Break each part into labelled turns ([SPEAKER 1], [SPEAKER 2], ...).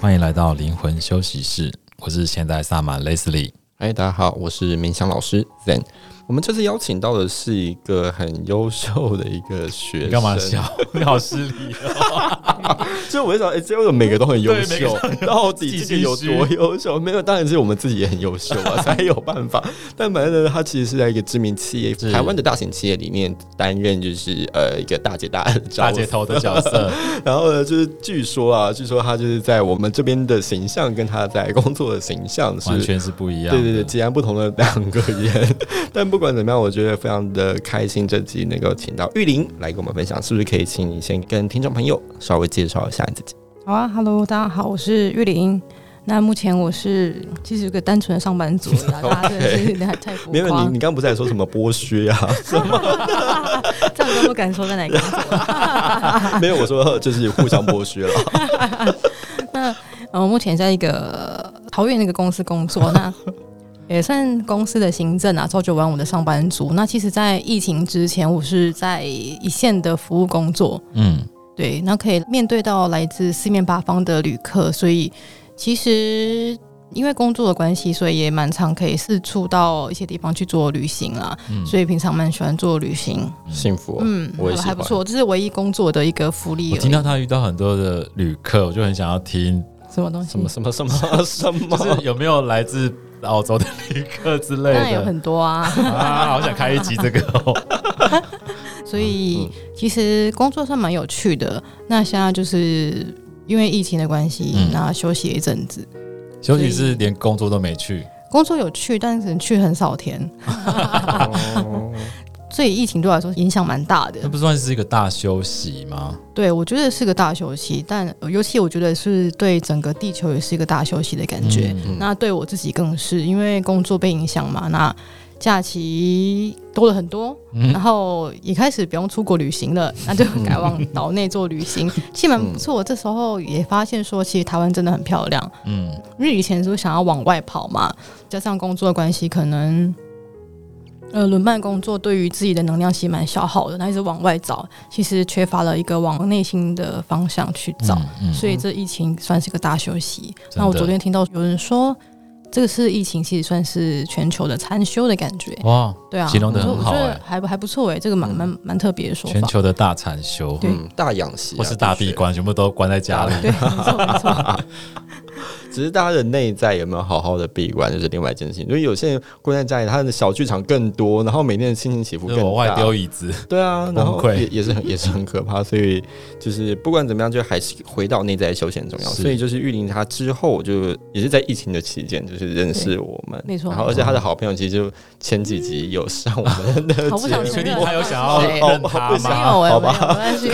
[SPEAKER 1] 欢迎来到灵魂休息室，我是现代萨满 Leslie。
[SPEAKER 2] 嗨，大家好，我是冥想老师 Zen。我们这次邀请到的是一个很优秀的一个学生，
[SPEAKER 1] 你干嘛笑？你好失礼哦！
[SPEAKER 2] 就我在想，哎、这个每个都很优
[SPEAKER 1] 对每个
[SPEAKER 2] 秀
[SPEAKER 1] 都很优，秀
[SPEAKER 2] 到底自己有多优秀？没有，当然是我们自己也很优秀 啊，才有办法。但反正呢，他其实是在一个知名企业，
[SPEAKER 1] 是
[SPEAKER 2] 台湾的大型企业里面担任就是呃一个大姐大的角色
[SPEAKER 1] 大姐头的角色，
[SPEAKER 2] 然后呢，就是据说啊，据说他就是在我们这边的形象跟他在工作的形象是
[SPEAKER 1] 完全是不一样的。
[SPEAKER 2] 对对对，截然不同的两个人。 但不管怎么样，我觉得非常的开心，这集能够请到玉玲来跟我们分享，是不是可以请你先跟听众朋友稍微介绍一下你自己？
[SPEAKER 3] 好啊，Hello，大家好，我是玉玲。那目前我是其实有个单纯的上班族 啦，大家真的是有点太浮
[SPEAKER 2] 没有你，
[SPEAKER 3] 夸
[SPEAKER 2] 你，刚不是还说什么剥削 啊？
[SPEAKER 3] 这样有没敢说在哪个？
[SPEAKER 2] 没有，我说就是互相剥削 了。
[SPEAKER 3] 呃，我目前在一个呃桃园那个公司工 作，那也算公司的行政啊，朝九晚五的上班族。那其实，在疫情之前，我是在一线的服务工作，
[SPEAKER 1] 嗯，
[SPEAKER 3] 对，那可以面对到来自四面八方的旅客，所以其实因为工作的关系，所以也蛮常可以四处到一些地方去做旅行啦。所以平常蛮喜欢做旅行，
[SPEAKER 2] 幸福、
[SPEAKER 3] 嗯，
[SPEAKER 2] 嗯我也喜欢
[SPEAKER 3] 还不错，这是唯一工作的一个福利而已。
[SPEAKER 1] 我听到他遇到很多的旅客，我就很想要听，
[SPEAKER 3] 什么东西？
[SPEAKER 2] 什么什么什么什
[SPEAKER 1] 就
[SPEAKER 2] 么？
[SPEAKER 1] 是有没有来自澳洲的旅客之类
[SPEAKER 3] 当然有
[SPEAKER 1] 的
[SPEAKER 3] 很 多啊，
[SPEAKER 1] 啊？好想开一集这个哦。
[SPEAKER 3] 所
[SPEAKER 2] 嗯
[SPEAKER 3] 以其实工作上蛮有趣的。那现在就是因为疫情的关系
[SPEAKER 1] 嗯，
[SPEAKER 3] 那休息一阵子。
[SPEAKER 1] 休息室连工作都没去，
[SPEAKER 3] 工作有去，但是去很少天， 所以疫情对我来说影响蛮大的
[SPEAKER 1] 那。不算是一个大休息吗？
[SPEAKER 3] 对，我觉得是个大休息，但呃尤其我觉得是对整个地球也是一个大休息的感觉。
[SPEAKER 1] 嗯
[SPEAKER 3] 那对我自己更是，因为工作被影响嘛，那假期多了很多，
[SPEAKER 1] 嗯
[SPEAKER 3] 然后也开始不用出国旅行了，那就改往岛内做旅行，其实蛮不错。这时候也发现说，其实台湾真的很漂亮，
[SPEAKER 1] 嗯，
[SPEAKER 3] 因为以前是想要往外跑嘛，加上工作的关系，可能。呃，轮班工作对于自己的能量其实蛮消耗的，那一直往外找，其实缺乏了一个往内心的方向去找，
[SPEAKER 1] 嗯
[SPEAKER 3] 所以这疫情算是个大休息。
[SPEAKER 1] 真的
[SPEAKER 3] 那我昨天听到有人说，这个是疫情，其实算是全球的禅修的感觉，
[SPEAKER 1] 哇，
[SPEAKER 3] 对啊，
[SPEAKER 1] 形容得很
[SPEAKER 3] 我说
[SPEAKER 1] 好
[SPEAKER 3] 我觉
[SPEAKER 1] 欸
[SPEAKER 3] 得还不还不错哎、这个蛮蛮蛮特别的说
[SPEAKER 1] 全
[SPEAKER 3] 法，
[SPEAKER 1] 球的大禅修
[SPEAKER 3] 对
[SPEAKER 2] 嗯，大养息、啊、
[SPEAKER 1] 或是大
[SPEAKER 2] 的
[SPEAKER 1] 闭
[SPEAKER 2] 确
[SPEAKER 1] 关，全部都关在家里。
[SPEAKER 3] 对，没错没错，
[SPEAKER 2] 只是大家的内在有没有好好的闭关，就是另外一件事情。因为有些人关在家里，他的小剧场更多，然后每天的心情起伏
[SPEAKER 1] 就
[SPEAKER 2] 更
[SPEAKER 1] 是
[SPEAKER 2] 大。
[SPEAKER 1] 往外丢椅子，
[SPEAKER 2] 对啊，然后
[SPEAKER 1] 崩溃
[SPEAKER 2] 也也是很也是很可怕，所以就是不管怎么样，就还是回到内在修行很重要。
[SPEAKER 1] 是
[SPEAKER 2] 所以就是玉林她之后就也是在疫情的期间，就是认识我们，
[SPEAKER 3] 没错
[SPEAKER 2] 然后而且她的好朋友其实就前几集有上我们的节目，
[SPEAKER 3] 嗯好不想
[SPEAKER 1] 你确
[SPEAKER 3] 承
[SPEAKER 1] 定
[SPEAKER 3] 认
[SPEAKER 1] 他有哦想要认他
[SPEAKER 3] 没
[SPEAKER 1] 吗？
[SPEAKER 3] 有哎、
[SPEAKER 2] 好吧
[SPEAKER 3] 欸，没有，没 关系，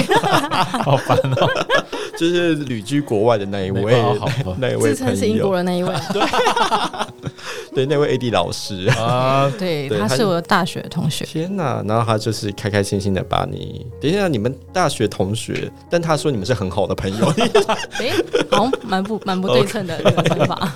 [SPEAKER 1] 好烦哦，
[SPEAKER 2] 就是旅居国外的那一位
[SPEAKER 1] 哦好吧
[SPEAKER 2] 那一位
[SPEAKER 3] 自称是
[SPEAKER 2] 朋
[SPEAKER 3] 英国
[SPEAKER 2] 友，
[SPEAKER 3] 人 那一位，
[SPEAKER 2] 对那位 AD 老师。
[SPEAKER 1] 啊，
[SPEAKER 3] 对，
[SPEAKER 2] 对
[SPEAKER 3] 他
[SPEAKER 2] 他
[SPEAKER 3] 是
[SPEAKER 2] 是
[SPEAKER 3] 我的大学同学，
[SPEAKER 2] 天呐！然后他就是开开心心的把你，等一下你们大学同学，但他说你们是很好的朋友，
[SPEAKER 3] 哎、好像蛮不蛮不对称的这个称法。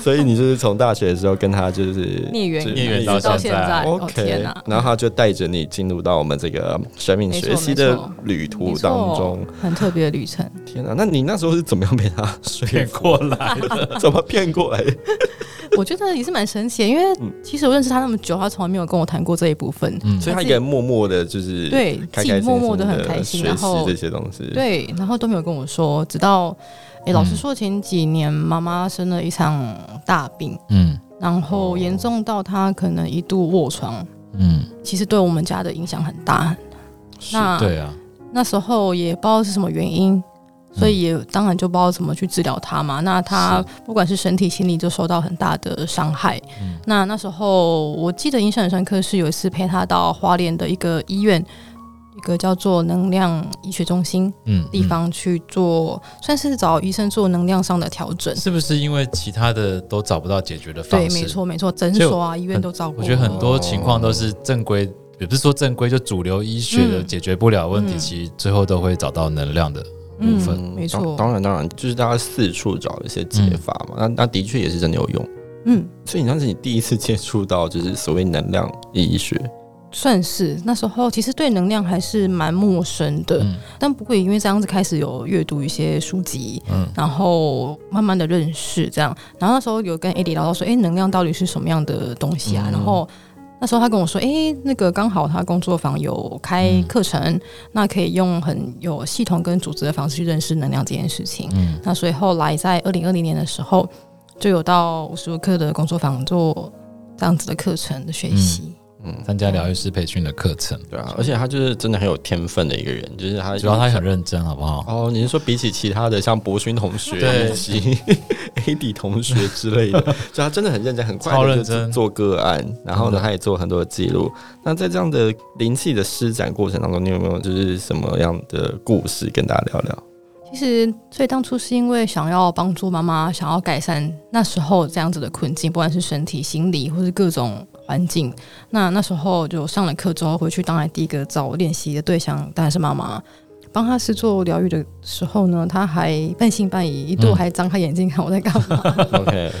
[SPEAKER 2] 所以你就是从大学的时候跟他就是
[SPEAKER 3] 孽缘
[SPEAKER 1] 孽缘
[SPEAKER 3] 一直
[SPEAKER 1] 到
[SPEAKER 3] 到
[SPEAKER 1] 现
[SPEAKER 3] 现
[SPEAKER 1] 在
[SPEAKER 3] 在，哦
[SPEAKER 2] OK，、
[SPEAKER 3] 天哪，
[SPEAKER 2] 然后他就带着你进入到我们这个生命学习
[SPEAKER 3] 没
[SPEAKER 2] 的
[SPEAKER 3] 错
[SPEAKER 2] 旅途当中。
[SPEAKER 3] 很特别的旅程。
[SPEAKER 2] 天哪、那你那时候是怎么样被他说
[SPEAKER 1] 骗
[SPEAKER 2] 服？
[SPEAKER 1] 过来，
[SPEAKER 2] 怎么骗过来？
[SPEAKER 3] 我觉得也是蛮神奇的，因为其实我认识他那么久，他从来没有跟我谈过这一部分。
[SPEAKER 1] 嗯
[SPEAKER 2] 所以他
[SPEAKER 3] 他自己
[SPEAKER 2] 一个人默默的，就是
[SPEAKER 3] 对
[SPEAKER 2] 开开
[SPEAKER 3] 自己默默
[SPEAKER 2] 地
[SPEAKER 3] 地很开心
[SPEAKER 2] 学
[SPEAKER 3] 然
[SPEAKER 2] 习
[SPEAKER 3] 后
[SPEAKER 2] 这些东西。，
[SPEAKER 3] 对，然后都没有跟我说，直到诶，老实说，前几年妈妈生了一场大病，
[SPEAKER 1] 嗯
[SPEAKER 3] 然后严重到她可能一度卧床，
[SPEAKER 1] 嗯，
[SPEAKER 3] 其实对我们家的影响很大。那
[SPEAKER 1] 对啊，
[SPEAKER 3] 那时候也不知道是什么原因，
[SPEAKER 1] 嗯
[SPEAKER 3] 所以也当然就不知道怎么去治疗他嘛。那他不管是身体、心理，就受到很大的伤害。
[SPEAKER 1] 嗯
[SPEAKER 3] 那那时候我记得印象很深刻，是有一次陪他到花莲的一个医院，一个叫做能量医学中心
[SPEAKER 1] 嗯，
[SPEAKER 3] 地方去做，算是找医生做能量上的调整
[SPEAKER 1] 嗯。是不是因为其他的都找不到解决的方
[SPEAKER 3] 对，
[SPEAKER 1] 式？
[SPEAKER 3] 没。错没错，诊所啊、医院都照顾。
[SPEAKER 1] 我觉得很多情况都是正规，也不是说正规，就主流医学的
[SPEAKER 3] 嗯
[SPEAKER 1] 解决不了问题，
[SPEAKER 3] 嗯
[SPEAKER 1] 其实最后都会找到能量的。部分
[SPEAKER 3] 嗯，没
[SPEAKER 2] 当
[SPEAKER 3] 错，
[SPEAKER 2] 当然当然，就是大家四处找一些解法嘛。那那的确也是真的有用。
[SPEAKER 3] 嗯。
[SPEAKER 2] 所以你那是你第一次接触到就是所谓能量医学，
[SPEAKER 3] 算是那时候，其实对能量还是蛮陌生的。
[SPEAKER 1] 嗯
[SPEAKER 3] 但不过也因为这样子，开始有阅读一些书籍，
[SPEAKER 1] 嗯
[SPEAKER 3] 然后慢慢的认识这样。然后那时候有跟 AD 聊到说，哎、能量到底是什么样的东西啊？
[SPEAKER 1] 嗯
[SPEAKER 3] 然后那时候他跟我说，哎、那个刚好他工作坊有开
[SPEAKER 1] 嗯
[SPEAKER 3] 课程，那可以用很有系统跟组织的方式去认识能量这件事情。
[SPEAKER 1] 嗯
[SPEAKER 3] 那所以后来在二零二零年的时候，就有到五十五课的工作坊做这样子的课程的学习。
[SPEAKER 2] 嗯，
[SPEAKER 1] 参加疗愈师培训的课程，
[SPEAKER 2] 对啊，而且他就是真的很有天分的一个人，就是他
[SPEAKER 1] 主要他很认真，好不好？
[SPEAKER 2] 哦，你是说比起其他的像博勋同学
[SPEAKER 1] 对
[SPEAKER 2] 以及 AD 同学之 类的，就他真的很认真，很快
[SPEAKER 1] 超
[SPEAKER 2] 地
[SPEAKER 1] 认
[SPEAKER 2] 就
[SPEAKER 1] 真
[SPEAKER 2] 做个案，然后
[SPEAKER 1] 真
[SPEAKER 2] 呢，
[SPEAKER 1] 的
[SPEAKER 2] 他也做很多的记录。那在这样的灵气的施展过程当中，你有没有就是什么样的故事跟大家聊 聊？
[SPEAKER 3] 其实，所以当初是因为想要帮助妈妈，想要改善那时候这样子的困境，不管是身体、心理，或是各种环境。那那时候就上了课之后回去，当然第一个找练习的对象当然是妈妈。帮她是做疗愈的时候呢，她还半信半疑，一度
[SPEAKER 1] 嗯
[SPEAKER 3] 还张开眼睛看我在干嘛。
[SPEAKER 2] OK，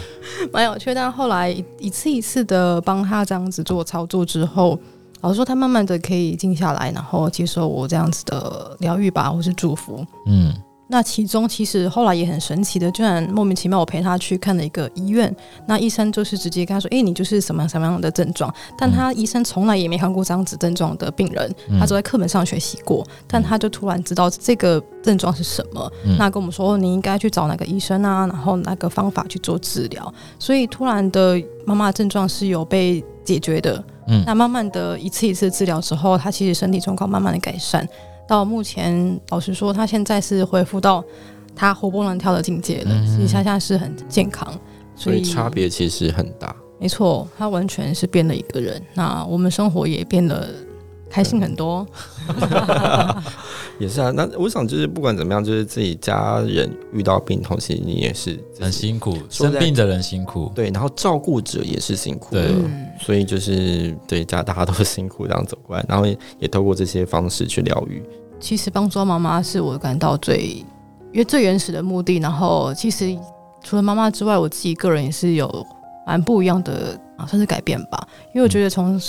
[SPEAKER 3] 蛮有趣。但后来一次一次的帮他这样子做操作之后，老实说，他慢慢的可以静下来，然后接受我这样子的疗愈吧，或是祝福。
[SPEAKER 1] 嗯，
[SPEAKER 3] 那其中其实后来也很神奇的，居然莫名其妙我陪他去看了一个医院，那医生就是直接跟他说：“诶，哎你就是什么样什么样的症状。”但他医生从来也没看过这样子症状的病人，
[SPEAKER 1] 嗯
[SPEAKER 3] 他只在课本上学习过，但他就突然知道这个症状是什么，
[SPEAKER 1] 嗯
[SPEAKER 3] 那跟我们说哦你应该去找哪个医生啊，然后哪个方法去做治疗。所以突然的妈妈的症状是有被解决的，
[SPEAKER 1] 嗯
[SPEAKER 3] 那慢慢的一次一次治疗之后，她其实身体状况慢慢的改善，到目前老实说，她现在是恢复到她活蹦乱跳的境界了，
[SPEAKER 1] 嗯
[SPEAKER 3] 其实她现在是很健康，
[SPEAKER 2] 所以差别其实很大。
[SPEAKER 3] 没错，他完全是变了一个人。那我们生活也变得开心很多。
[SPEAKER 2] 也是啊，那我想就是不管怎么样，就是自己家人遇到病痛，其实你也是自己
[SPEAKER 1] 很辛苦，
[SPEAKER 2] 说
[SPEAKER 1] 生
[SPEAKER 2] 在
[SPEAKER 1] 病的人辛苦，
[SPEAKER 2] 对，然后照顾者也是辛苦的
[SPEAKER 1] 对，
[SPEAKER 3] 嗯，
[SPEAKER 2] 所以就是对家大家都辛苦这样走过来，然后也 也透过这些方式去疗愈。
[SPEAKER 3] 其实帮助妈妈是我感到最因为最原始的目的。然后其实除了妈妈之外，我自己个人也是有蛮不一样的啊，算是改变吧。因为我觉得从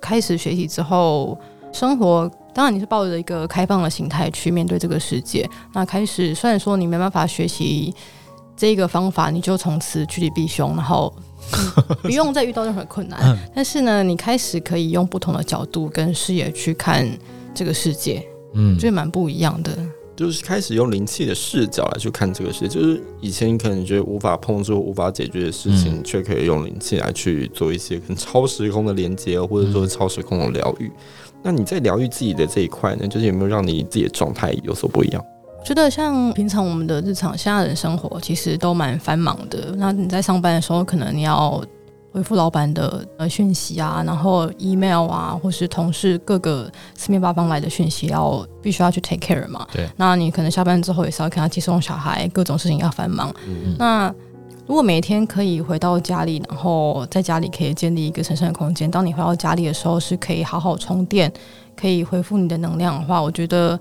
[SPEAKER 3] 开始学习之后，生活。当然，你是抱着一个开放的心态去面对这个世界。那开始，虽然说你没办法学习这个方法，你就从此趋利避凶，然后、嗯不用再遇到任何困难。但是呢，你开始可以用不同的角度跟视野去看这个世界。
[SPEAKER 1] 嗯，
[SPEAKER 3] 觉得蛮不一样的。
[SPEAKER 2] 就是开始用灵气的视角来去看这个事，就是以前你可能觉得无法碰触、无法解决的事情，
[SPEAKER 1] 嗯
[SPEAKER 2] 却可以用灵气来去做一些可能超时空的连接，或者说超时空的疗愈。那你在疗愈自己的这一块呢，就是有没有让你自己的状态有所不一样？
[SPEAKER 3] 我觉得像平常我们的日常现在的生活，其实都蛮繁忙的。那你在上班的时候，可能你要回复老板的呃讯息啊，然后 email 啊，或是同事各个四面八方来的讯息，要必须要去 take care 嘛。
[SPEAKER 1] 对。
[SPEAKER 3] 那你可能下班之后也是要给他接送小孩，各种事情要繁忙。
[SPEAKER 2] 嗯
[SPEAKER 3] 那如果每天可以回到家里，然后在家里可以建立一个神圣的空间，当你回到家里的时候是可以好好充电，可以恢复你的能量的话，我觉得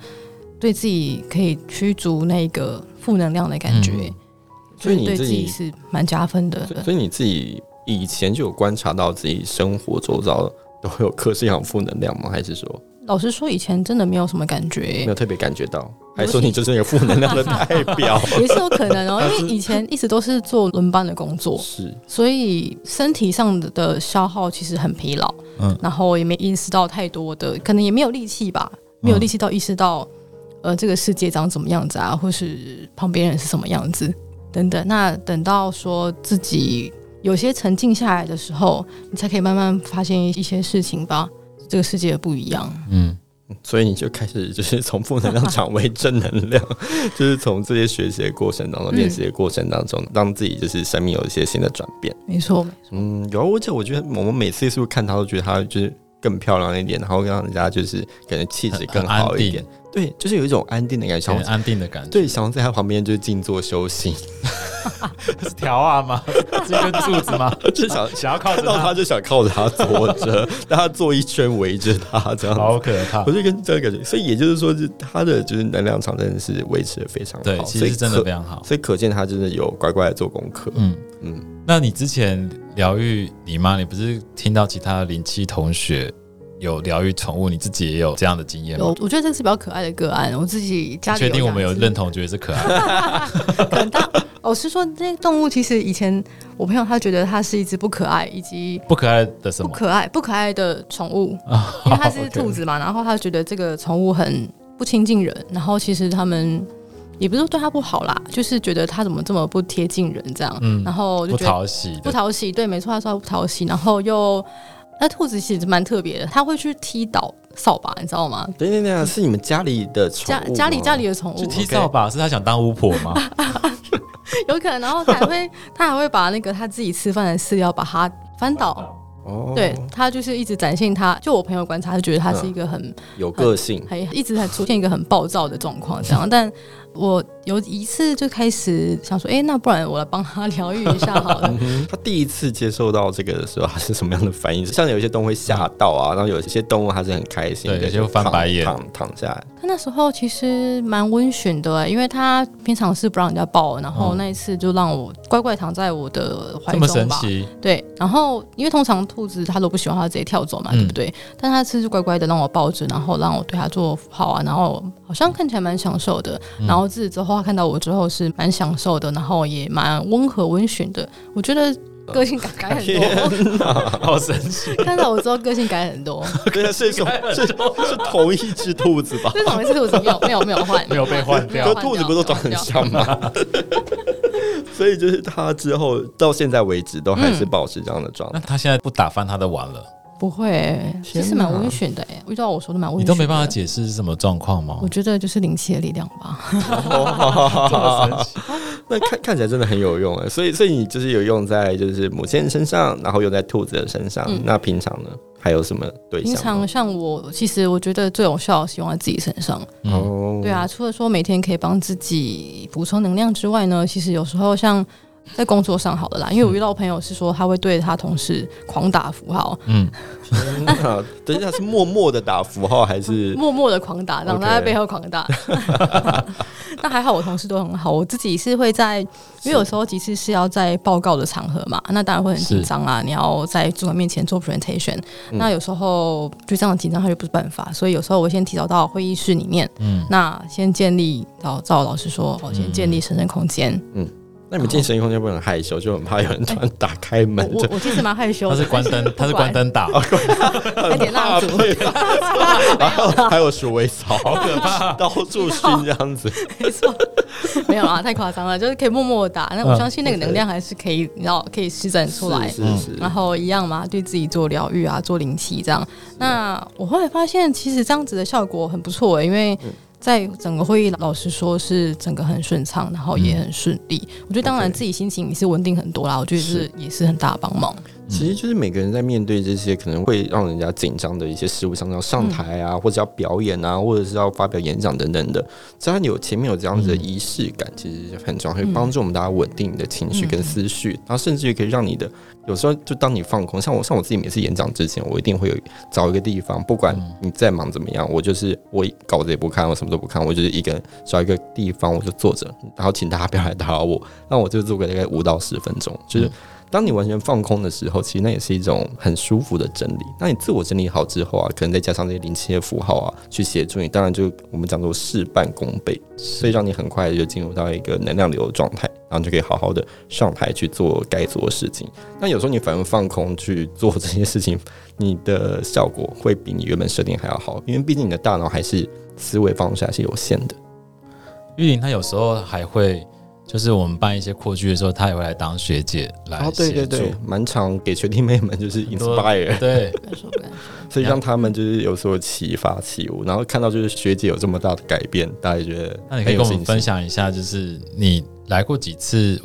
[SPEAKER 3] 对自己可以驱逐那个负能量的感觉，
[SPEAKER 1] 嗯
[SPEAKER 2] 所以你
[SPEAKER 3] 对
[SPEAKER 2] 自
[SPEAKER 3] 自己
[SPEAKER 2] 己，
[SPEAKER 3] 是蛮加分的。
[SPEAKER 2] 所以所以你自己以前就有观察到自己生活周遭都会有各式各样的负能量吗？还是说
[SPEAKER 3] 老实说，以前真的没有什么感觉
[SPEAKER 2] 没，有特别感觉到？还
[SPEAKER 3] 不
[SPEAKER 2] 说你就是那个负能量的代表？
[SPEAKER 3] 也是有可能哦，因为以前一直都是做轮班的 工作，
[SPEAKER 2] 是，
[SPEAKER 3] 所以身体上的消耗其实很疲劳，
[SPEAKER 1] 嗯
[SPEAKER 3] 然后也没意识到太多的，可能也没有力气吧，没有力气到意识到，呃，这个世界长什么样子啊，或是旁边人是什么样子等等。那等到说自己有些沉静下来的时候，你才可以慢慢发现一些事情吧，这个世界不一样。
[SPEAKER 1] 嗯，
[SPEAKER 2] 所以你就开始就是从负能量转为正能量， 就是从这些学习的过程当中、
[SPEAKER 3] 嗯
[SPEAKER 2] 练习的过程当中，让自己就是生命有一些新的转变。
[SPEAKER 3] 没错，
[SPEAKER 2] 嗯，有啊，而且我觉得我们每次是不是看她都觉得她就是更漂亮一点，然后让人家就是感觉气质更好一点，对，就是有一种安定的感觉。
[SPEAKER 1] 想
[SPEAKER 2] 想
[SPEAKER 1] 要
[SPEAKER 2] 要
[SPEAKER 1] 安定的感觉，
[SPEAKER 2] 对，想要在她旁边就是静坐修行，
[SPEAKER 1] 是条啊 吗？是一根柱子吗？
[SPEAKER 2] 就想
[SPEAKER 1] 想要靠着
[SPEAKER 2] 看到
[SPEAKER 1] 它
[SPEAKER 2] 她，就想靠着她坐着，让她坐一圈围着她这样子。
[SPEAKER 1] 好可怕
[SPEAKER 2] 我。就跟这个感觉，所以也就是说，是他的就是能量场真的是维持的非常好，
[SPEAKER 1] 对，其实是真的
[SPEAKER 2] 所以可
[SPEAKER 1] 非常好。
[SPEAKER 2] 所以可见他真的有乖乖的做功课。
[SPEAKER 1] 嗯，
[SPEAKER 2] 嗯，
[SPEAKER 1] 那你之前疗愈你妈，你不是听到其他的灵气同学有疗愈宠物，你自己也有这样的经验
[SPEAKER 3] 有
[SPEAKER 1] 吗？，
[SPEAKER 3] 我觉得这是比较可爱的个案。我自己家里
[SPEAKER 1] 确定我们
[SPEAKER 3] 们
[SPEAKER 1] 有认同，觉得是可爱 的，
[SPEAKER 3] 很大。我哦是说，这些动物其实以前我朋友他觉得它是一只不可爱，以及
[SPEAKER 1] 不可爱的什
[SPEAKER 3] 不
[SPEAKER 1] 么？
[SPEAKER 3] 可爱、不可爱的宠 物，因为它是兔
[SPEAKER 1] 哦
[SPEAKER 3] 子嘛，然后他觉得这个宠物很不亲近人，然后其实他们也不是说对它不好啦，就是觉得它怎么这么不贴近人这样，
[SPEAKER 1] 嗯
[SPEAKER 3] 然后我就
[SPEAKER 1] 不
[SPEAKER 3] 觉得
[SPEAKER 1] 讨喜
[SPEAKER 3] 不
[SPEAKER 1] 的，
[SPEAKER 3] 讨喜，对，没错，他说他不讨喜，然后又那兔子其实蛮特别的，它会去踢倒扫把，你知道吗？
[SPEAKER 2] 等一等等一下，是你们家里的宠
[SPEAKER 3] 家
[SPEAKER 2] 物吗
[SPEAKER 3] 家里家里的宠
[SPEAKER 1] 是
[SPEAKER 3] 物
[SPEAKER 1] 踢扫把，是他想当巫婆吗？
[SPEAKER 3] 有可能，然后它还会它还会把那个它自己吃饭的饲料把它翻倒，
[SPEAKER 2] 哦，
[SPEAKER 3] 对，它就是一直展现它。就我朋友观察，他就觉得它是一个很
[SPEAKER 2] 有个性，
[SPEAKER 3] 还一直在出现一个很暴躁的状况，这样。但我有一次就开始想说，哎、那不然我来帮他疗愈一下好
[SPEAKER 1] 嗯
[SPEAKER 3] 了。
[SPEAKER 2] 他第一次接受到这个的时候，他是什么样的反应？像有一些动物会吓到啊，然后有一些动物它是很开心的，
[SPEAKER 1] 嗯对有些
[SPEAKER 2] 就
[SPEAKER 1] 会翻
[SPEAKER 2] 躺
[SPEAKER 1] 白眼
[SPEAKER 2] 躺躺下来。
[SPEAKER 3] 他那时候其实蛮温驯的、欸因为他平常是不让人家抱，然后那一次就让我乖乖躺在我的怀
[SPEAKER 1] 嗯这么
[SPEAKER 3] 中
[SPEAKER 1] 神
[SPEAKER 3] 吧。
[SPEAKER 1] 奇，
[SPEAKER 3] 对，然后因为通常兔子它都不喜欢，它直接跳走嘛，
[SPEAKER 1] 嗯
[SPEAKER 3] 对不对？但它是乖乖的让我抱着，然后让我对它做扶好啊，然后好像看起来蛮享受的。
[SPEAKER 1] 嗯
[SPEAKER 3] 然后自此之后，它看到我之后是蛮享受的，然后也蛮温和温驯的。我觉得个性改改很
[SPEAKER 1] 哎
[SPEAKER 3] 多，
[SPEAKER 1] 好神奇，
[SPEAKER 3] 看到我之后个性改很多。
[SPEAKER 2] 对啊， 是什么？是是同一只兔子吧？
[SPEAKER 3] 这种是兔子没有没有没有换，
[SPEAKER 1] 没有被换掉
[SPEAKER 2] 可兔子不是都长很像吗？所以就是他之后到现在为止都还是保持这样的状态
[SPEAKER 1] 那。他现在不打翻他的碗了，
[SPEAKER 3] 不会、其实蛮温驯的、欸，遇到我说的蛮温
[SPEAKER 1] 你
[SPEAKER 3] 驯，
[SPEAKER 1] 都没办法。解释是什么状况吗
[SPEAKER 3] 我？觉得就是灵气的力量吧，
[SPEAKER 2] 那看看起来真的很有用哎，所以所以你就是有用在就是母亲身上，然后用在兔子的身上。那平常呢，还有什么对
[SPEAKER 3] 平
[SPEAKER 2] 象
[SPEAKER 3] 常
[SPEAKER 2] 吗？
[SPEAKER 3] 像我，其实我觉得最有效是用在自己身上。
[SPEAKER 1] 嗯，
[SPEAKER 2] 哦
[SPEAKER 3] 对，啊，除了说每天可以帮自己补充能量之外呢，其实有时候像在工作上好了啦，因为我遇到朋友是说他会对他同事狂打符号，
[SPEAKER 2] 天哪等一下是默默的打符号还是？
[SPEAKER 3] 默默的狂打，然后
[SPEAKER 2] OK
[SPEAKER 3] 他在背后狂打。 那还好，我同事都很好，我自己是会在，因为有时候其实是要在报告的场合嘛，那当然会很紧张啊，你要在主管面前做 presentation，、那有时候就这样紧张，他就不是办法，所以有时候我先提早到会议室里面，
[SPEAKER 1] 嗯
[SPEAKER 3] 那先建立，然后照老师说，我先建立神圣空间。
[SPEAKER 2] 那你们健身空间会不会很害羞，就很怕有人突然打开门，
[SPEAKER 3] 我
[SPEAKER 2] 就
[SPEAKER 3] 我我其实蛮害羞
[SPEAKER 1] 他
[SPEAKER 3] 的，
[SPEAKER 1] 是关 灯，他是关灯打，
[SPEAKER 3] 还点 蜡烛，
[SPEAKER 2] 然后还有鼠尾草，到处熏这样子。
[SPEAKER 3] 没错，没有啊，太夸张了，就是可以默默地打。
[SPEAKER 1] 嗯
[SPEAKER 3] 那我相信那个能量还是可以，你知道，可以施展出来。
[SPEAKER 2] 是是是，
[SPEAKER 3] 然后一样嘛，对自己做疗愈啊，做灵气这样。那我后来发现，其实这样子的效果很不错、欸因为
[SPEAKER 1] 嗯
[SPEAKER 3] 在整个会议，老实说是整个很顺畅，然后
[SPEAKER 1] 嗯
[SPEAKER 3] 也很顺利。我觉得当然
[SPEAKER 2] OK
[SPEAKER 3] 自己心情也是稳定很多啦，我觉得是也是很大的帮忙。
[SPEAKER 2] 其实就是每个人在面对这些可能会让人家紧张的一些事物，像要上台啊，或者要表演啊，或者是要发表演讲等等的，只要你有前面有这样子的仪式感，其实很重要，会帮助我们大家稳定你的情绪跟思绪，然后甚至于可以让你的有时候就当你放空，像我像我自己每次演讲之前，我一定会有找一个地方，不管你再忙怎么样，我就是我稿子也不看，我什么都不看，我就是一个人找一个地方我就坐着，然后请大家不要来打扰我，那我就坐个大概五到十分钟，就是。当你完全放空的时候，其实那也是一种很舒服的整理。那你自我整理好之后啊，可能再加上这些灵气的符号啊，去协助你，当然就我们讲说事半功倍，所以让你很快就进入到一个能量流的状态，然后你就可以好好的上台去做该做的事情。那有时候你反而放空去做这些事情，你的效果会比你原本设定还要好，因为毕竟你的大脑还是思维方式还是有限的。
[SPEAKER 1] 玉玲她有时候还会，就是我们办一些扩剧的时候，她也会来当学姐来哎
[SPEAKER 2] 哦
[SPEAKER 1] 协助。
[SPEAKER 2] 蛮常给学弟妹们就是 inspire。
[SPEAKER 1] 对，
[SPEAKER 3] 不敢说不敢说
[SPEAKER 2] 所以让他们就是有所启发起舞，然后看到就是学姐有这么大的改变，大家也觉得
[SPEAKER 1] 那你可以跟
[SPEAKER 2] 很有
[SPEAKER 1] 我
[SPEAKER 2] 信
[SPEAKER 1] 们
[SPEAKER 2] 心
[SPEAKER 1] 分。享一下，就是你来过几次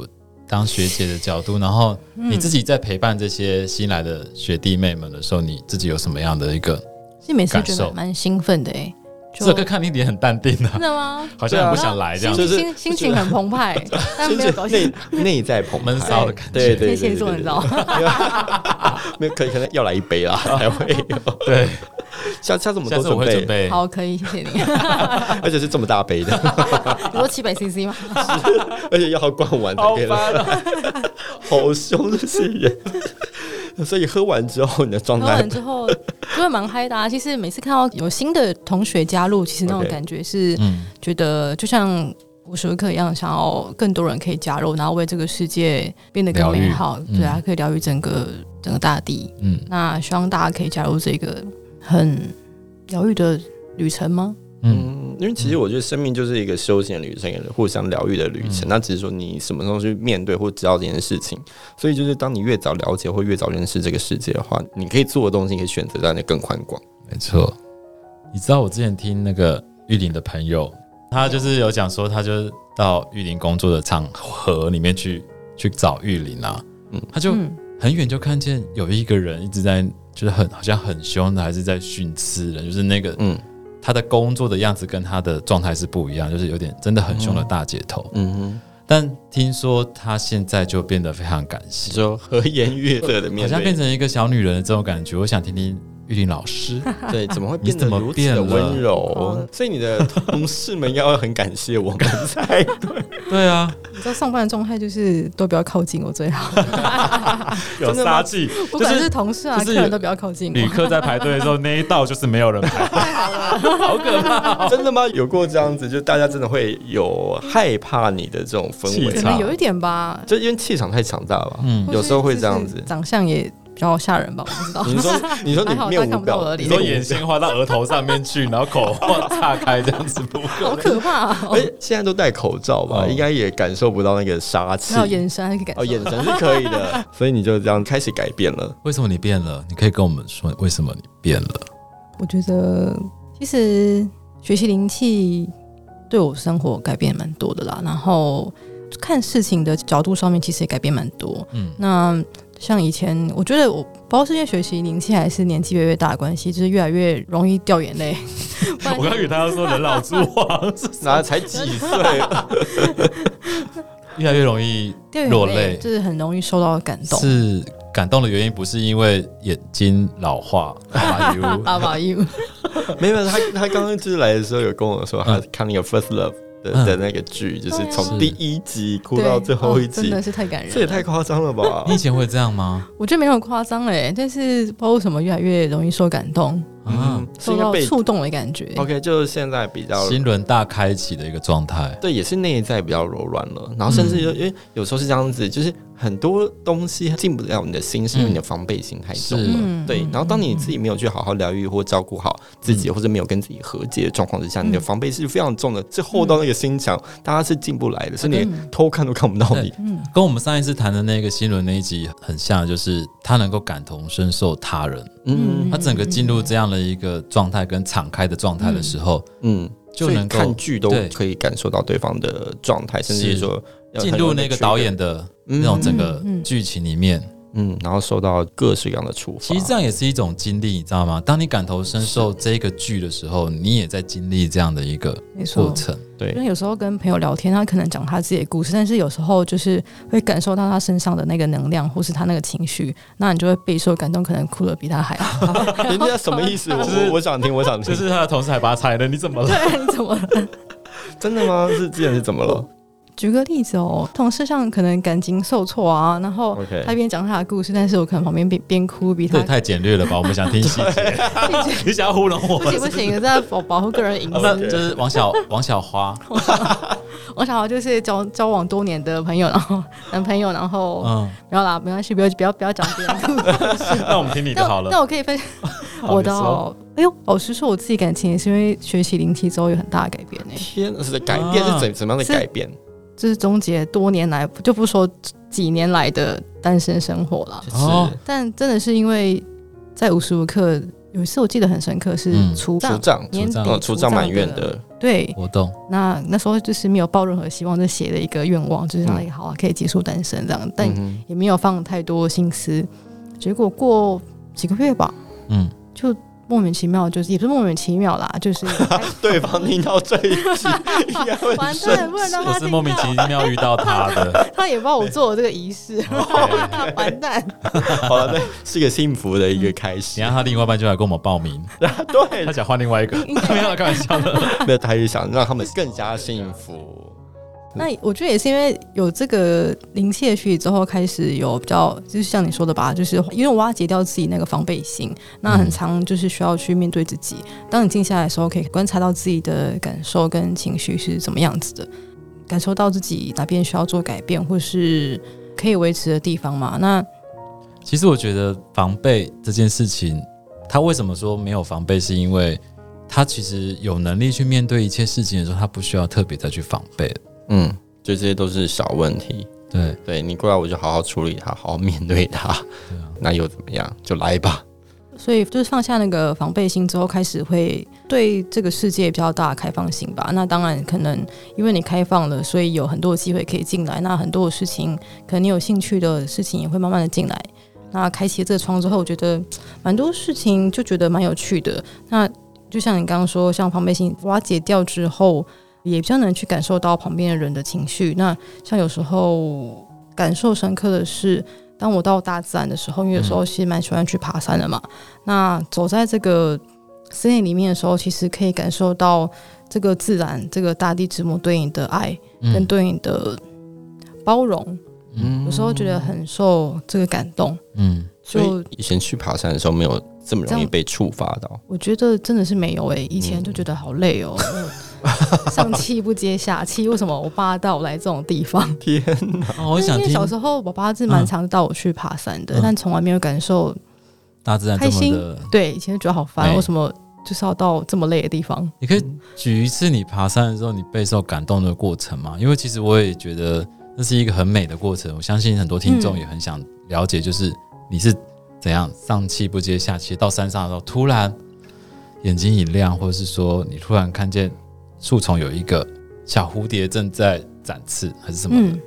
[SPEAKER 1] 当学姐的角度，然后你自己在陪伴这些新来的学弟妹们的时候，你自己有什么样的一个？
[SPEAKER 3] 其实每次觉
[SPEAKER 1] 感受
[SPEAKER 3] 得蛮兴奋的哎、就
[SPEAKER 1] 这个看你脸很淡定啊
[SPEAKER 3] 真，的吗？
[SPEAKER 1] 好像很不想来这样
[SPEAKER 2] 对啊。
[SPEAKER 3] 心
[SPEAKER 2] 就是
[SPEAKER 3] 心心情很澎湃， 但没有表现。
[SPEAKER 2] 内内在澎湃
[SPEAKER 1] 闷骚的感觉
[SPEAKER 2] 对对对对
[SPEAKER 3] 天蝎
[SPEAKER 2] 对
[SPEAKER 3] 座，
[SPEAKER 2] 对
[SPEAKER 3] 你知道，
[SPEAKER 2] 没有可可能要来一杯啦，才会有。
[SPEAKER 1] 对，
[SPEAKER 2] 下下次我们
[SPEAKER 1] 下
[SPEAKER 2] 都
[SPEAKER 1] 次我会准
[SPEAKER 2] 准备，
[SPEAKER 1] 备。
[SPEAKER 3] 好，可以，谢谢 你。
[SPEAKER 2] 而且是这么大杯的，
[SPEAKER 3] 你说七百 CC 吗？
[SPEAKER 2] 而且要灌完才可以来，
[SPEAKER 1] 啊！
[SPEAKER 2] 好凶这些人。所以喝完之后，你的状
[SPEAKER 3] 喝
[SPEAKER 2] 态
[SPEAKER 3] 完之后就会蛮嗨的、啊。其实每次看到有新的同学加入，其实那种
[SPEAKER 2] OK
[SPEAKER 3] 感觉是
[SPEAKER 1] 嗯，
[SPEAKER 3] 觉得就像。无时无刻一样，想要更多人可以加入，然后为这个世界变得更
[SPEAKER 1] 疗愈
[SPEAKER 3] 美好。
[SPEAKER 1] 嗯
[SPEAKER 3] 对啊，可以疗愈整个整个大地。
[SPEAKER 1] 嗯
[SPEAKER 3] 那希望大家可以加入这个很疗愈的旅程吗？
[SPEAKER 1] 嗯
[SPEAKER 2] 嗯，因为其实我觉得生命就是一个修行的旅程，一个互相疗愈的旅
[SPEAKER 1] 嗯
[SPEAKER 2] 程。那只是说你什么时候去面对或知道这件事情。所以就是当你越早了解或越早认识这个世界的话，你可以做的东西，你可以选择让你更宽广。
[SPEAKER 1] 没错。你知道我之前听那个玉林的朋友，他就是有讲说，他就是到玉林工作的场合里面去去找玉林啊，
[SPEAKER 2] 嗯
[SPEAKER 1] 他就
[SPEAKER 3] 嗯
[SPEAKER 1] 很远就看见有一个人一直在，就是很好像很凶的，还是在训斥人，就是那个
[SPEAKER 2] 嗯
[SPEAKER 1] 他的工作的样子跟他的状态是不一样，就是有点真的很凶的大姐头。
[SPEAKER 2] 嗯哼，
[SPEAKER 1] 但听说他现在就变得非常感
[SPEAKER 2] 你
[SPEAKER 1] 性，
[SPEAKER 2] 说 和颜悦色的面
[SPEAKER 1] 好像变
[SPEAKER 2] 对，
[SPEAKER 1] 成一个小女人的这种感觉。我想听听玉林老 师，
[SPEAKER 2] 对，怎么会
[SPEAKER 1] 你
[SPEAKER 2] 变得
[SPEAKER 1] 怎么
[SPEAKER 2] 如此
[SPEAKER 1] 变
[SPEAKER 2] 的
[SPEAKER 1] 了
[SPEAKER 2] 温柔
[SPEAKER 3] 哦？
[SPEAKER 2] 所以你的同事们要很感谢我们才
[SPEAKER 1] 对啊，
[SPEAKER 3] 你知道上班的状态就是都不要靠近我最好，
[SPEAKER 1] 有
[SPEAKER 2] 真的吗
[SPEAKER 1] 杀气，
[SPEAKER 3] 不
[SPEAKER 1] 就
[SPEAKER 3] 管
[SPEAKER 1] 是
[SPEAKER 3] 是同事啊、
[SPEAKER 1] 就是
[SPEAKER 3] 客人都不要靠近
[SPEAKER 1] 旅
[SPEAKER 3] 我。
[SPEAKER 1] 客在排队的时候那一道就是没有人排， 好可怕哦、
[SPEAKER 2] 真的吗？有过这样子，就大家真的会有害怕你的这种氛
[SPEAKER 1] 气
[SPEAKER 2] 围
[SPEAKER 3] 可
[SPEAKER 1] 场，
[SPEAKER 3] 能有一点吧，
[SPEAKER 2] 就因为气场太强大了吧。
[SPEAKER 1] 嗯
[SPEAKER 3] 或，
[SPEAKER 2] 有
[SPEAKER 3] 是
[SPEAKER 2] 时候会
[SPEAKER 3] 就
[SPEAKER 2] 这样
[SPEAKER 3] 是
[SPEAKER 2] 子
[SPEAKER 3] 长相也比较吓人吧，我不 知道。
[SPEAKER 2] 你说，你说你
[SPEAKER 3] 还好
[SPEAKER 2] 面
[SPEAKER 3] 大家
[SPEAKER 2] 无
[SPEAKER 3] 看不到我
[SPEAKER 2] 表，
[SPEAKER 3] 的
[SPEAKER 1] 你
[SPEAKER 3] 脸
[SPEAKER 1] 说
[SPEAKER 2] 面无
[SPEAKER 1] 眼
[SPEAKER 2] 表
[SPEAKER 1] 睛画到额头上面去，然后口画岔开这样子，不可
[SPEAKER 3] 好可怕、
[SPEAKER 2] 而
[SPEAKER 3] 哦，
[SPEAKER 2] 且哎现在都戴口罩吧，
[SPEAKER 1] 哦
[SPEAKER 2] 应该也感受不到那个杀气
[SPEAKER 3] 还。有眼神还可以感受。
[SPEAKER 2] 哦，眼神是可以的， 所以你就这样开始改变 了。
[SPEAKER 1] 为什么你变了？你可以跟我们说为什么你变了？
[SPEAKER 3] 我觉得其实学习灵气对我生活改变蛮多的啦，然后看事情的角度上面其实也改变蛮多。
[SPEAKER 1] 嗯
[SPEAKER 3] 那像以前，我觉得我不知道是因为学习灵气还是年纪越来越大的关系，就是越来越容易掉眼泪。不 然
[SPEAKER 1] 我刚以为他要说人老珠黄，
[SPEAKER 2] 那才几岁？
[SPEAKER 1] 越来越容易
[SPEAKER 3] 掉眼
[SPEAKER 1] 落泪
[SPEAKER 3] 就是很容易受到感动。
[SPEAKER 1] 是感动的原因，不是因为眼睛老化，哎呦
[SPEAKER 3] How about you？
[SPEAKER 2] 没有，他他刚刚就是来的时候有跟我说，他看那个《First Love 的》
[SPEAKER 1] 嗯
[SPEAKER 2] 的那个剧，就是
[SPEAKER 1] 是
[SPEAKER 2] 从第一集哭
[SPEAKER 3] 对
[SPEAKER 2] 到最后一
[SPEAKER 3] 哦真
[SPEAKER 2] 集
[SPEAKER 3] 的，是太感人了。
[SPEAKER 2] 这也太夸张了吧
[SPEAKER 1] 你？以前会这样吗？
[SPEAKER 3] 我觉得没有很夸张哎，但是不知道为什么越来越容易受感动，
[SPEAKER 1] 啊
[SPEAKER 2] 嗯，，是
[SPEAKER 3] 受
[SPEAKER 2] 因为
[SPEAKER 3] 到
[SPEAKER 2] 被
[SPEAKER 3] 触动的感觉。
[SPEAKER 2] OK，就是现在比较
[SPEAKER 1] 心轮大开启的一个状态，
[SPEAKER 2] 对，也是内在比较柔软了。然后甚
[SPEAKER 1] 嗯
[SPEAKER 2] 至就、因为有时候是这样子，就是很多东西进不了你的心，是因为你的防备心太重
[SPEAKER 1] 是
[SPEAKER 2] 了。
[SPEAKER 3] 嗯
[SPEAKER 2] 对，然后当你自己没有去好好疗愈或照顾好自己，
[SPEAKER 1] 嗯
[SPEAKER 2] 或者没有跟自己和解的状况之下，你的
[SPEAKER 3] 嗯
[SPEAKER 2] 防备是非常重的，这厚到那个心墙，大家是进不来的，是连
[SPEAKER 3] 嗯
[SPEAKER 2] 偷看都看不到你。
[SPEAKER 3] 嗯，
[SPEAKER 1] 跟我们上一次谈的那个心轮那一集很像，就是他能够感同身受他人，
[SPEAKER 2] 嗯
[SPEAKER 3] 嗯
[SPEAKER 1] 他整个进入这样的一个状态跟敞开的状态的时候，
[SPEAKER 2] 嗯，
[SPEAKER 1] 就
[SPEAKER 2] 所以
[SPEAKER 1] 能够
[SPEAKER 2] 看剧都
[SPEAKER 1] 对
[SPEAKER 2] 可以感受到对方的状态，甚至
[SPEAKER 1] 是
[SPEAKER 2] 是说要
[SPEAKER 1] 进
[SPEAKER 2] 很容
[SPEAKER 1] 入
[SPEAKER 2] 易
[SPEAKER 1] 那个
[SPEAKER 2] 去
[SPEAKER 1] 导演的那种整个
[SPEAKER 3] 嗯嗯
[SPEAKER 1] 剧情里面，
[SPEAKER 2] 嗯，然后受到各式各样的处罚。
[SPEAKER 1] 其实这样也是一种经历，你知道吗？当你感同身受这个剧的时候，你也在经历这样的一个
[SPEAKER 3] 没错
[SPEAKER 1] 过。程。
[SPEAKER 3] 因
[SPEAKER 2] 对，
[SPEAKER 3] 为有时候跟朋友聊天，他可能讲他自己的故事，但是有时候就是会感受到他身上的那个能量，或是他那个情绪，那你就会备受感动，可能哭的比他还 好。
[SPEAKER 2] 人家什么意思？我
[SPEAKER 1] 就是
[SPEAKER 2] 我我想听，我想
[SPEAKER 1] 就
[SPEAKER 2] 听。
[SPEAKER 1] 是他的同事还把他踩了，你怎么了？
[SPEAKER 3] 对，你怎么了？
[SPEAKER 2] 真的吗？是之前是怎么了
[SPEAKER 3] 举个例子哦，同事上可能感情受挫啊，然后
[SPEAKER 2] ？OK，
[SPEAKER 3] 他一边讲他的故事，但是我可能旁边边边哭，比
[SPEAKER 1] 这
[SPEAKER 3] 他
[SPEAKER 1] 也太简略了吧！我们想听细节， 你想要糊弄我
[SPEAKER 3] 不
[SPEAKER 1] 们
[SPEAKER 3] 行？不行，这在保保护个人隐
[SPEAKER 1] 那
[SPEAKER 3] 私。
[SPEAKER 1] 就是王小王小花，
[SPEAKER 3] 我想要就是交交往多年的朋友，然后男朋友，然后、
[SPEAKER 1] 嗯，
[SPEAKER 3] 不要啦，没关系，不要不要不要讲别人。
[SPEAKER 1] 那我们听你
[SPEAKER 3] 那我那。我可以分享我的哦、哎呦，老实说，我自己感情也是因为学习灵气之后有很大的改变呢、哎
[SPEAKER 2] 天哪，是改变
[SPEAKER 1] 啊
[SPEAKER 2] 是怎怎么样的改变？
[SPEAKER 3] 就是终结多年来，就不说几年来的单身生活啦，
[SPEAKER 2] 是
[SPEAKER 1] 哦
[SPEAKER 3] 但真的是因为在无时无刻，有一次我记得很深刻，是
[SPEAKER 1] 嗯
[SPEAKER 2] 出
[SPEAKER 3] 除障、
[SPEAKER 2] 账，
[SPEAKER 3] 年
[SPEAKER 1] 除障
[SPEAKER 2] 嗯，
[SPEAKER 3] 底
[SPEAKER 2] 出账满
[SPEAKER 3] 月
[SPEAKER 2] 院的，
[SPEAKER 3] 对，
[SPEAKER 1] 我懂，
[SPEAKER 3] 那那时候就是没有抱任何希望，就写了一个愿望，就
[SPEAKER 1] 嗯
[SPEAKER 3] 是让你好啊，可以结束单身这样，但
[SPEAKER 2] 嗯
[SPEAKER 3] 也没有放太多心思。结果过几个月吧，
[SPEAKER 1] 嗯，
[SPEAKER 3] 就莫名其妙，就是也不是莫名其妙啦，就是
[SPEAKER 2] 哼对方听到这一集应该会很
[SPEAKER 3] 完
[SPEAKER 2] 生
[SPEAKER 3] 蛋，不能让
[SPEAKER 1] 我
[SPEAKER 3] 他
[SPEAKER 1] 是
[SPEAKER 3] 听
[SPEAKER 1] 莫名其
[SPEAKER 3] 到，
[SPEAKER 1] 妙遇哦到他的，
[SPEAKER 3] 他也不知道我做了这个仪式， 完蛋。
[SPEAKER 2] 气。好了，对，是个幸福的一个 开
[SPEAKER 1] 你
[SPEAKER 2] 始。
[SPEAKER 1] 让他另外一半就来跟我们报名，
[SPEAKER 2] 对
[SPEAKER 1] 他， 想换另外一个，没有啦开玩笑的。
[SPEAKER 2] 没有，他也想让他们更加幸福。
[SPEAKER 3] 那我觉得也是因为有这个灵气的学习之后，开始有比较，就是像你说的吧，就是因为瓦解掉自己那个防备心，那很常就是需要去面对自己。当你静下来的时候，可以观察到自己的感受跟情绪是怎么样子的，感受到自己哪边需要做改变，或是可以维持的地方嘛。那
[SPEAKER 1] 其实我觉得防备这件事情，他为什么说没有防备，是因为他其实有能力去面对一切事情的时候，他不需要特别再去防备。
[SPEAKER 2] 嗯，就这些都是小问题。
[SPEAKER 1] 对，
[SPEAKER 2] 对你过来，我就好好处理它，好好面对啊它。那又怎么样？就来吧。
[SPEAKER 3] 所以就是放下那个防备心之后，开始会对这个世界比较大的开放性吧。那当然，可能因为你开放了，所以有很多的机会可以进来。那很多的事情，可能你有兴趣的事情也会慢慢的进来。那开启这个窗之后，我觉得蛮多事情就觉得蛮有趣的。那就像你刚刚说，像防备心瓦解掉之后，也比较能去感受到旁边的人的情绪。那像有时候感受深刻的是，当我到大自然的时候，因为有时候其实蛮喜欢去爬山的嘛。那走在这个森林里面的时候，其实可以感受到这个自然、这个大地之母对你的爱跟
[SPEAKER 1] 嗯
[SPEAKER 3] 对你的包容，
[SPEAKER 1] 嗯
[SPEAKER 3] 有时候觉得很受这个感动。
[SPEAKER 1] 嗯，
[SPEAKER 2] 所
[SPEAKER 3] 就
[SPEAKER 2] 以以前去爬山的时候，没有这么容
[SPEAKER 3] 这
[SPEAKER 2] 易
[SPEAKER 3] 样
[SPEAKER 2] 被触发到。
[SPEAKER 3] 我觉得真的是没有诶、以前就觉得好累 哦、上气不接下气。为什么我爸带我来这种地方？
[SPEAKER 2] 天
[SPEAKER 1] 哦， 我想
[SPEAKER 3] 因为
[SPEAKER 1] 听
[SPEAKER 3] 小时候我爸是蛮常带我去爬山的，
[SPEAKER 1] 嗯
[SPEAKER 3] 但从来没有感受。
[SPEAKER 1] 大自然这
[SPEAKER 3] 开
[SPEAKER 1] 么
[SPEAKER 3] 心
[SPEAKER 1] 的，
[SPEAKER 3] 对，以前就觉得好烦，
[SPEAKER 1] 哎
[SPEAKER 3] 为什么就是要到这么累的地方？
[SPEAKER 1] 你可以举一次你爬山的时候你备受感动的过程吗？因为其实我也觉得那是一个很美的过程，我相信很多听众
[SPEAKER 3] 嗯
[SPEAKER 1] 也很想了解，就是你是怎样上气不接下气，到山上的时候突然眼睛一亮，或者是说你突然看见树丛有一个小蝴蝶正在展翅，还是什么的？
[SPEAKER 3] 嗯，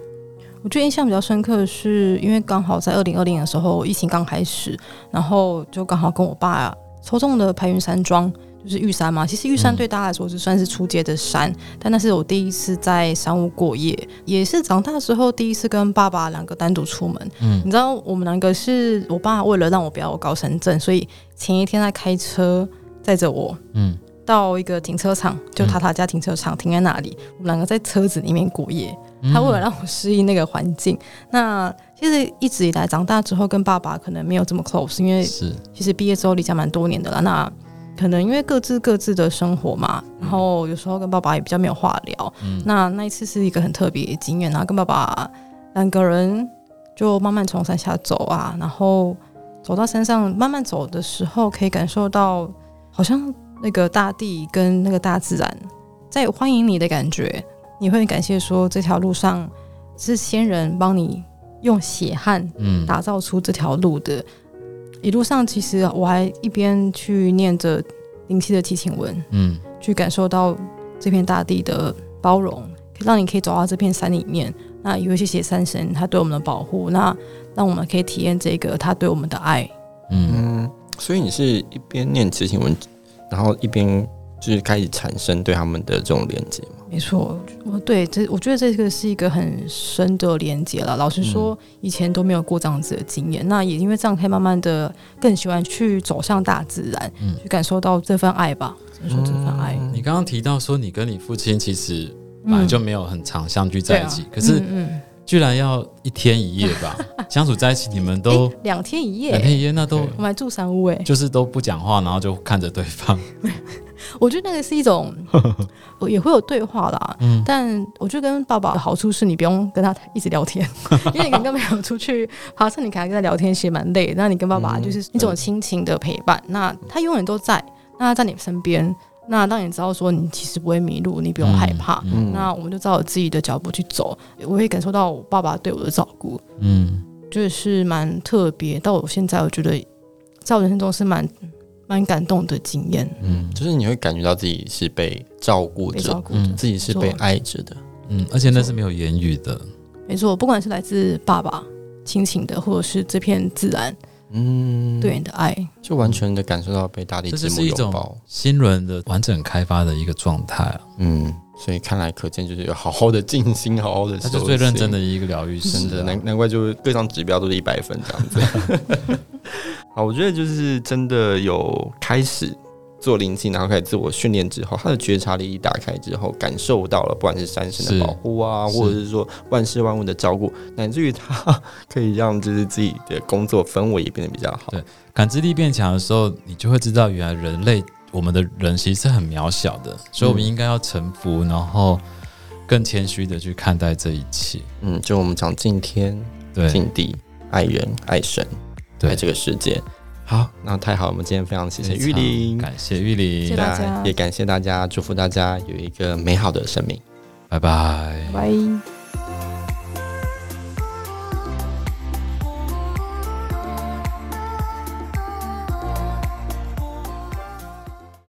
[SPEAKER 3] 我觉得印象比较深刻的是，因为刚好在二零二零的时候，疫情刚开始，然后就刚好跟我爸抽中了白云山庄，就是玉山嘛。其实玉山
[SPEAKER 1] 嗯
[SPEAKER 3] 对大家来说就算是出街的山，但那是我第一次在山屋过夜，也是长大之后第一次跟爸爸两个单独出门。
[SPEAKER 1] 嗯
[SPEAKER 3] 你知道我们两个是我爸为了让我不要有高山症，所以前一天他开车载着我，
[SPEAKER 1] 嗯
[SPEAKER 3] 到一个停车场，就塔塔家停车场、停在那里，我们两个在车子里面过夜。
[SPEAKER 1] 嗯
[SPEAKER 3] 他为了让我适应那个环境，那其实一直以来长大之后跟爸爸可能没有这么 close，因为
[SPEAKER 1] 是
[SPEAKER 3] 其实毕业之后离家蛮多年的啦。那可能因为各自各自的生活嘛，然后有时候跟爸爸也比较没有话聊。
[SPEAKER 1] 嗯
[SPEAKER 3] 那那一次是一个很特别的经验，然后啊跟爸爸两个人就慢慢从山下走啊，然后走到山上，慢慢走的时候可以感受到，好像那个大地跟那个大自然在欢迎你的感觉。你会感谢说这条路上是先人帮你用血汗
[SPEAKER 1] 嗯
[SPEAKER 3] 打造出这条路的。一路上，其实我还一边去念着灵气的提醒文，
[SPEAKER 1] 嗯
[SPEAKER 3] 去感受到这片大地的包容，可以让你可以走到这片山里面。那也会谢谢山神他对我们的保护，那让我们可以体验这个他对我们的爱。
[SPEAKER 1] 嗯
[SPEAKER 2] 嗯，所以你是一边念执行文，然后一边就是开始产生对他们的这种连接嘛？
[SPEAKER 3] 没错，我对这我觉得这个是一个很深的连接了。老实说，以前都没有过这样子的经验，那也因为这样，可以慢慢的更喜欢去走向大自然，
[SPEAKER 1] 嗯
[SPEAKER 3] 去感受到这份爱吧，只能说这份爱。
[SPEAKER 2] 嗯
[SPEAKER 1] 你刚刚提到说你跟你父亲其实
[SPEAKER 3] 嗯
[SPEAKER 1] 本来就没有很常相聚在一起，
[SPEAKER 3] 对啊
[SPEAKER 1] 可是
[SPEAKER 3] 嗯嗯
[SPEAKER 1] 居然要一天一夜 吧相处在一起，你们
[SPEAKER 3] 诶
[SPEAKER 1] 都
[SPEAKER 3] 两、天哎一
[SPEAKER 1] 两
[SPEAKER 3] 夜，
[SPEAKER 1] 天一夜，那都
[SPEAKER 3] 我们还住山屋哎、
[SPEAKER 1] 就是都不讲话，然后就看着对方。
[SPEAKER 3] 我觉得那个是 一种，我也会有对话啦。
[SPEAKER 1] 嗯
[SPEAKER 3] 但我觉得跟爸爸的好处是你不用跟他一直聊 天，因为你跟他没有出去爬山，你可能跟他聊天其实蛮累。那你跟爸爸就是
[SPEAKER 1] 嗯
[SPEAKER 3] 一种亲情的陪伴，那他永远都在，那他在你身边，那让你知道说你其实不会迷路，你不用害怕。
[SPEAKER 1] 嗯
[SPEAKER 3] 那我们就照我自己的脚步去走，我会感受到我爸爸对我的照顾。
[SPEAKER 1] 嗯
[SPEAKER 3] 就是蛮特别。到我现在，我觉得在我人生中是蛮蛮感动的经验，
[SPEAKER 1] 嗯
[SPEAKER 2] 就是你会感觉到自己是被照顾
[SPEAKER 3] 被照
[SPEAKER 2] 着，
[SPEAKER 3] 顾着。
[SPEAKER 1] 嗯
[SPEAKER 2] 自己是被爱着的。
[SPEAKER 1] 嗯，而且那是没有言语的。
[SPEAKER 3] 没错，不管是来自爸爸亲情的，或者是这片自然
[SPEAKER 2] 嗯，
[SPEAKER 3] 对，你的爱，
[SPEAKER 2] 就完全的感受到被大地
[SPEAKER 1] 这
[SPEAKER 2] 之
[SPEAKER 1] 就
[SPEAKER 2] 母
[SPEAKER 1] 是一
[SPEAKER 2] 拥
[SPEAKER 1] 种
[SPEAKER 2] 抱。
[SPEAKER 1] 心轮的完整开发的一个状态啊，
[SPEAKER 2] 嗯，所以看来可见就是要好好的静心，好好的，
[SPEAKER 1] 那是最认真的。一个疗愈师
[SPEAKER 2] 真
[SPEAKER 1] 啊。
[SPEAKER 2] 的，难难怪就是各项指标都是一 百分这样子。好，我觉得就是真的有开始做灵性，然后开始自我训练之后，他的觉察力一打开之后，感受到了不管是山神
[SPEAKER 1] 是
[SPEAKER 2] 的保护啊，
[SPEAKER 1] 是
[SPEAKER 2] 或者是说万事万物的照顾，乃至于他可以让就是自己的工作氛围也变得比较好
[SPEAKER 1] 对。感知力变强的时候，你就会知道，原来人类我们的人其实是很渺小的，所以我们应该要臣服，然后更谦虚的去看待这一切。
[SPEAKER 2] 嗯，就我们讲敬天、
[SPEAKER 1] 对，
[SPEAKER 2] 敬地、爱人、爱神，
[SPEAKER 1] 对
[SPEAKER 2] 爱这个世界。好，那太好了，我们今天非常谢谢玉
[SPEAKER 1] 非常
[SPEAKER 2] 玲，
[SPEAKER 1] 感谢玉
[SPEAKER 3] 谢
[SPEAKER 1] 林
[SPEAKER 3] 谢，大家
[SPEAKER 2] 那也感谢大家，祝福大家有一个美好的生命。
[SPEAKER 1] 拜拜。
[SPEAKER 3] 拜。